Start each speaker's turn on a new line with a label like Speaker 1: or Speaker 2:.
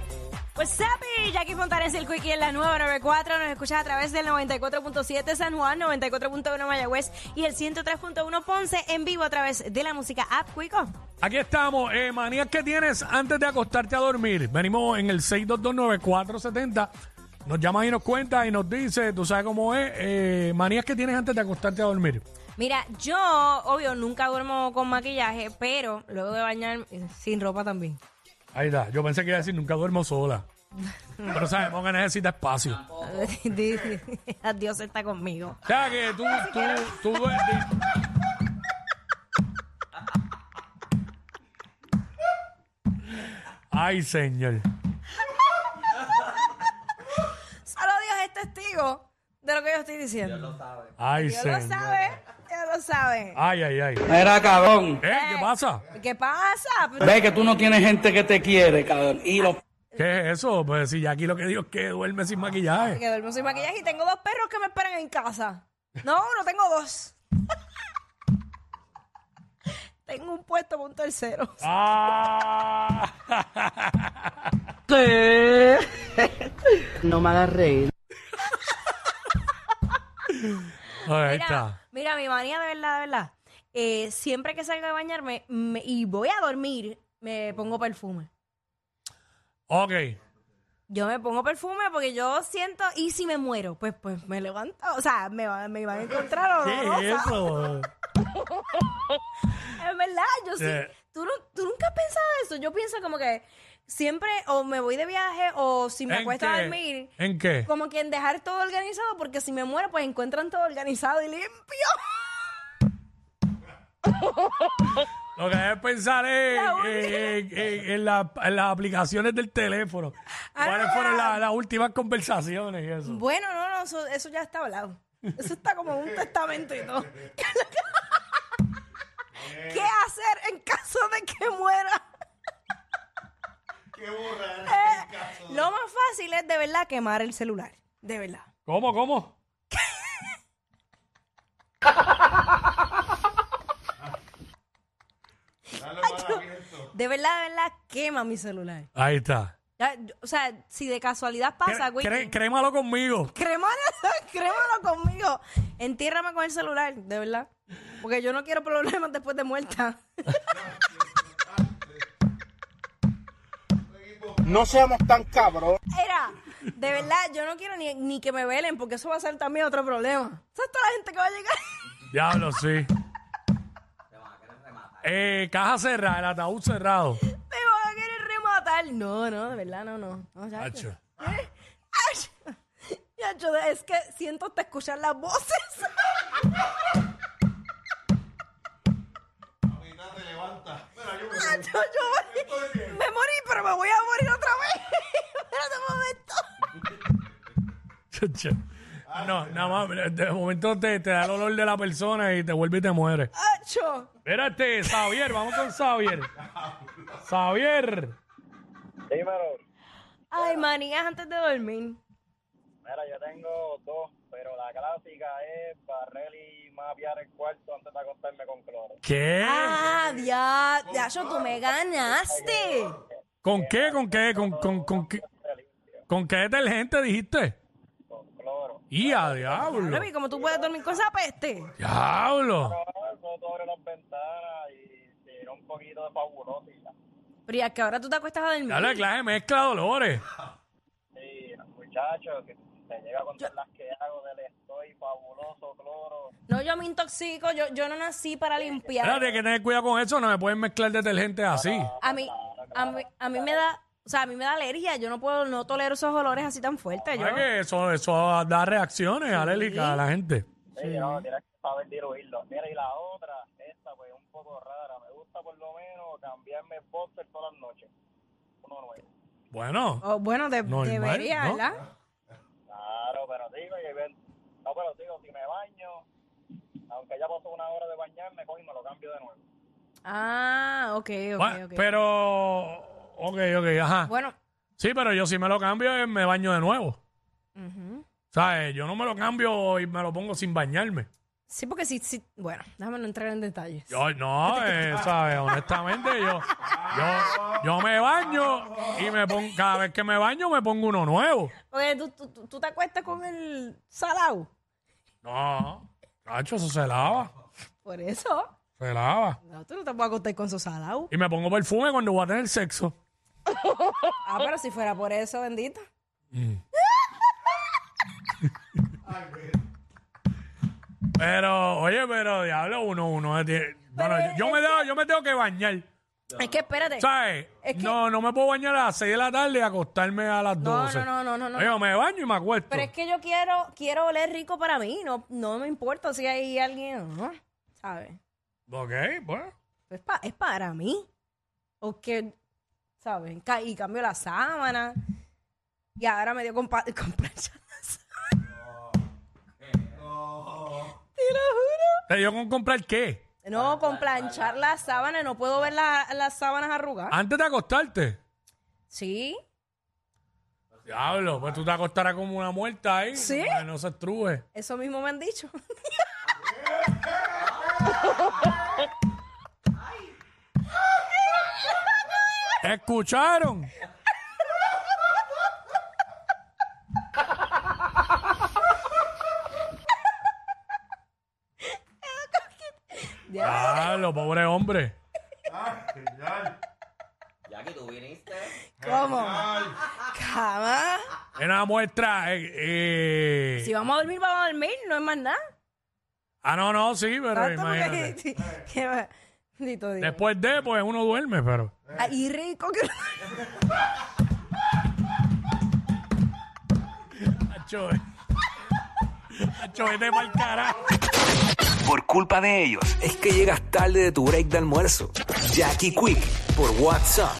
Speaker 1: What's up, y Pues, Jackie Fontanes y el Quickie en la nueva 94. Nos escuchas a través del 94.7 San Juan, 94.1 Mayagüez y el 103.1 Ponce en vivo a través de la música App Quico.
Speaker 2: Aquí estamos, eh, manías que tienes antes de acostarte a dormir. Venimos en el 6229470. Nos llama y nos cuenta y nos dice, tú sabes cómo es, eh, manías que tienes antes de acostarte a dormir.
Speaker 1: Mira, yo, obvio, nunca duermo con maquillaje, pero luego de bañarme, eh, sin ropa también.
Speaker 2: Ahí está, yo pensé que iba a decir, nunca duermo sola. Pero sabemos que necesita espacio.
Speaker 1: Oh. Dios está conmigo.
Speaker 2: O sea que tú, tú, tú duermes. Ay, señor.
Speaker 1: Solo Dios es testigo de lo que yo estoy diciendo. Dios
Speaker 2: Ay,
Speaker 1: lo,
Speaker 2: señor.
Speaker 1: sabe, Dios lo sabe.
Speaker 2: Ay, ay, ay.
Speaker 3: Era cabrón.
Speaker 2: ¿Eh? ¿Qué pasa?
Speaker 1: ¿Qué pasa? Pues
Speaker 3: Ve que tú no tienes gente que te quiere, cabrón. Y los
Speaker 2: ¿Qué es eso? Pues si ya aquí lo que digo es que duerme sin maquillaje.
Speaker 1: que duermo sin maquillaje y tengo dos perros que me esperan en casa. No, no tengo dos. tengo un puesto para un tercero.
Speaker 2: Ah.
Speaker 4: No me hagas reír.
Speaker 1: Mira,
Speaker 2: Ahí está.
Speaker 1: mira, mi manía de verdad, de verdad. eh, siempre que salgo de bañarme me- y voy a dormir, me pongo perfume.
Speaker 2: Ok.
Speaker 1: Yo me pongo perfume porque yo siento, y si me muero, pues pues me levanto. O sea, me, va- me van a encontrar o no.
Speaker 2: ¿Qué es eso?
Speaker 1: Es verdad, yo sí.
Speaker 2: Eh.
Speaker 1: ¿Tú, no- tú nunca has pensado eso. Yo pienso como que siempre o me voy de viaje o si me
Speaker 2: ¿En
Speaker 1: acuesto a
Speaker 2: qué?
Speaker 1: dormir.
Speaker 2: ¿En qué?
Speaker 1: Como que en dejar todo organizado, porque si me muero, pues encuentran todo organizado y limpio.
Speaker 2: Lo que debes pensar es
Speaker 1: La
Speaker 2: en, en- en- en la- en las aplicaciones del teléfono.
Speaker 1: Ah.
Speaker 2: ¿Cuáles fueron la- las últimas conversaciones y eso?
Speaker 1: Bueno, no, no, eso, eso ya está hablado. Eso está como en un testamento y todo. ¿Qué hacer en caso de que muera? ¿Qué borrar? Eh, lo más fácil es de verdad quemar el celular. De verdad.
Speaker 2: ¿Cómo, cómo?
Speaker 1: De verdad, de verdad, quema mi celular.
Speaker 2: Ahí está.
Speaker 1: Ya, yo- o sea, si de casualidad pasa,
Speaker 2: Cre-
Speaker 1: güey.
Speaker 2: cre- crémalo conmigo.
Speaker 1: Crémalo, crémalo conmigo. Entiérrame con el celular, de verdad. Porque yo no quiero problemas después de muerta.
Speaker 5: No seamos tan cabros.
Speaker 1: Era, de verdad, yo no quiero ni, ni que me velen, porque eso va a ser también otro problema. ¿Sabes toda la gente que va a llegar?
Speaker 2: Diablo, sí. Eh, caja cerrada, el ataúd cerrado.
Speaker 1: Me van a querer rematar. No, no, de verdad, no, no. no ya-
Speaker 2: Hacho.
Speaker 1: Ay, ya, yo, es que siento hasta escuchar las voces. Ay, Ah, yo- yo voy- me morí, pero me voy a morir otra vez. Espérate un momento.
Speaker 2: Chacho. No, nada más, de momento te, te da el olor de la persona y te vuelve y te muere.
Speaker 1: Acho.
Speaker 2: Espérate, Xavier, vamos con Xavier. Xavier.
Speaker 6: Dímelo.
Speaker 1: Ay, manías antes de dormir.
Speaker 6: Mira, yo tengo dos, pero la clásica es barrer y mapear el cuarto antes de acostarme con cloro.
Speaker 2: ¿Qué?
Speaker 1: Ah, ya, ya, yo, tú me ganaste.
Speaker 2: ¿Con qué? ¿Con qué? ¿Con, con, con qué? ¿Con qué detergente dijiste?
Speaker 6: Con cloro.
Speaker 2: ¡Y a diablo!
Speaker 1: Mami, ¿cómo tú puedes dormir con esa peste?
Speaker 2: ¡Diablo!
Speaker 6: Eso tú abres las ventanas y tira un poquito de fabuloso y ya.
Speaker 1: Pero ya que ahora tú te acuestas a dormir.
Speaker 2: Dale clase mezcla dolores.
Speaker 6: Sí, muchachos, que te llega a contar las que hago del estoy fabuloso, cloro.
Speaker 1: No, yo me intoxico, yo, yo no nací para limpiar.
Speaker 2: Espérate, hay que tener cuidado con eso, no me pueden mezclar detergentes así.
Speaker 1: A mí, a mí, a mí me da, o sea, a mí me da alergia. Yo no puedo, no tolero esos olores así tan fuertes. Yo.
Speaker 2: ¿Sabes que eso, eso da reacciones alérgicas a la gente.
Speaker 6: Sí, no, tienes que saber diluirlo. Mira, y la otra, esta pues un poco rara. Me gusta por lo menos cambiarme el boxer todas las noches. Uno nuevo.
Speaker 2: Bueno,
Speaker 1: Oh, bueno, de-
Speaker 2: Normal,
Speaker 1: debería,
Speaker 2: ¿no?
Speaker 1: ¿verdad?
Speaker 6: Claro, pero digo, y ven- no, pero digo, si me baño, aunque ya pasó una hora de bañarme, cojo y me lo cambio de nuevo.
Speaker 1: Ah, ok, ok,
Speaker 2: bueno,
Speaker 1: ok.
Speaker 2: pero. Ok, ok, ajá.
Speaker 1: Bueno,
Speaker 2: Sí, pero yo si me lo cambio, eh, me baño de nuevo.
Speaker 1: ujú.
Speaker 2: ¿Sabes? Yo no me lo cambio y me lo pongo sin bañarme.
Speaker 1: Sí, porque sí, sí. Bueno, déjame no entrar en detalles.
Speaker 2: Yo, no, eh, ¿sabes? Honestamente, yo, yo, yo me baño y me pongo, cada vez que me baño me pongo uno nuevo.
Speaker 1: Porque tú, tú- tú- tú te acuestas con el salado.
Speaker 2: No, Nacho, eso se lava,
Speaker 1: Por eso.
Speaker 2: se lava.
Speaker 1: No, tú no te puedes acostar con su salado.
Speaker 2: Y me pongo perfume cuando voy a tener sexo.
Speaker 1: Ah, pero si fuera por eso, bendita.
Speaker 2: Pero, oye, pero diablo, uno, uno. eh, tiene- Bueno,
Speaker 1: Pero
Speaker 2: yo, yo me tengo, yo me tengo que bañar.
Speaker 1: Es que espérate.
Speaker 2: ¿Sabes?
Speaker 1: Es que-
Speaker 2: No, no me puedo bañar a las 6 de la tarde y acostarme a las
Speaker 1: No,
Speaker 2: 12.
Speaker 1: no, no, no, no, no.
Speaker 2: Yo me baño y me acuesto.
Speaker 1: Pero es que yo quiero, quiero oler rico para mí. No, no me importa si hay alguien, o ¿no? ¿Sabes?
Speaker 2: Ok, bueno.
Speaker 1: Es, Pues pa- es para mí. O que, ¿sabes? Ca- Y cambio la sábana. Y ahora me dio con, pa- con plancha la sábana. Te lo
Speaker 2: ¿Te dio con comprar qué?
Speaker 1: juro. No, con planchar la sábana. No puedo ver la- las sábanas arrugadas.
Speaker 2: Antes de acostarte.
Speaker 1: Sí.
Speaker 2: Diablo, pues tú te acostarás como una muerta ahí.
Speaker 1: ¿Sí?
Speaker 2: para que No se estruje.
Speaker 1: Eso mismo me han dicho.
Speaker 2: ¿Escucharon?
Speaker 1: Ya.
Speaker 2: Diablo, pobre hombre.
Speaker 1: ¿Cómo? Cama.
Speaker 2: Es una muestra. eh, eh.
Speaker 1: Si vamos a dormir, vamos a dormir. No es más nada.
Speaker 2: Ah, no, no, sí, pero
Speaker 1: Tanto porque-
Speaker 2: imagínate.
Speaker 1: sí, que va- Bendito Dios.
Speaker 2: Después de, pues uno duerme, pero.
Speaker 1: Ah, y rico que...
Speaker 2: Acho, acho, vete pa'l carajo.
Speaker 7: Por culpa de ellos, es que llegas tarde de tu break de almuerzo. Jackie Quick por WhatsApp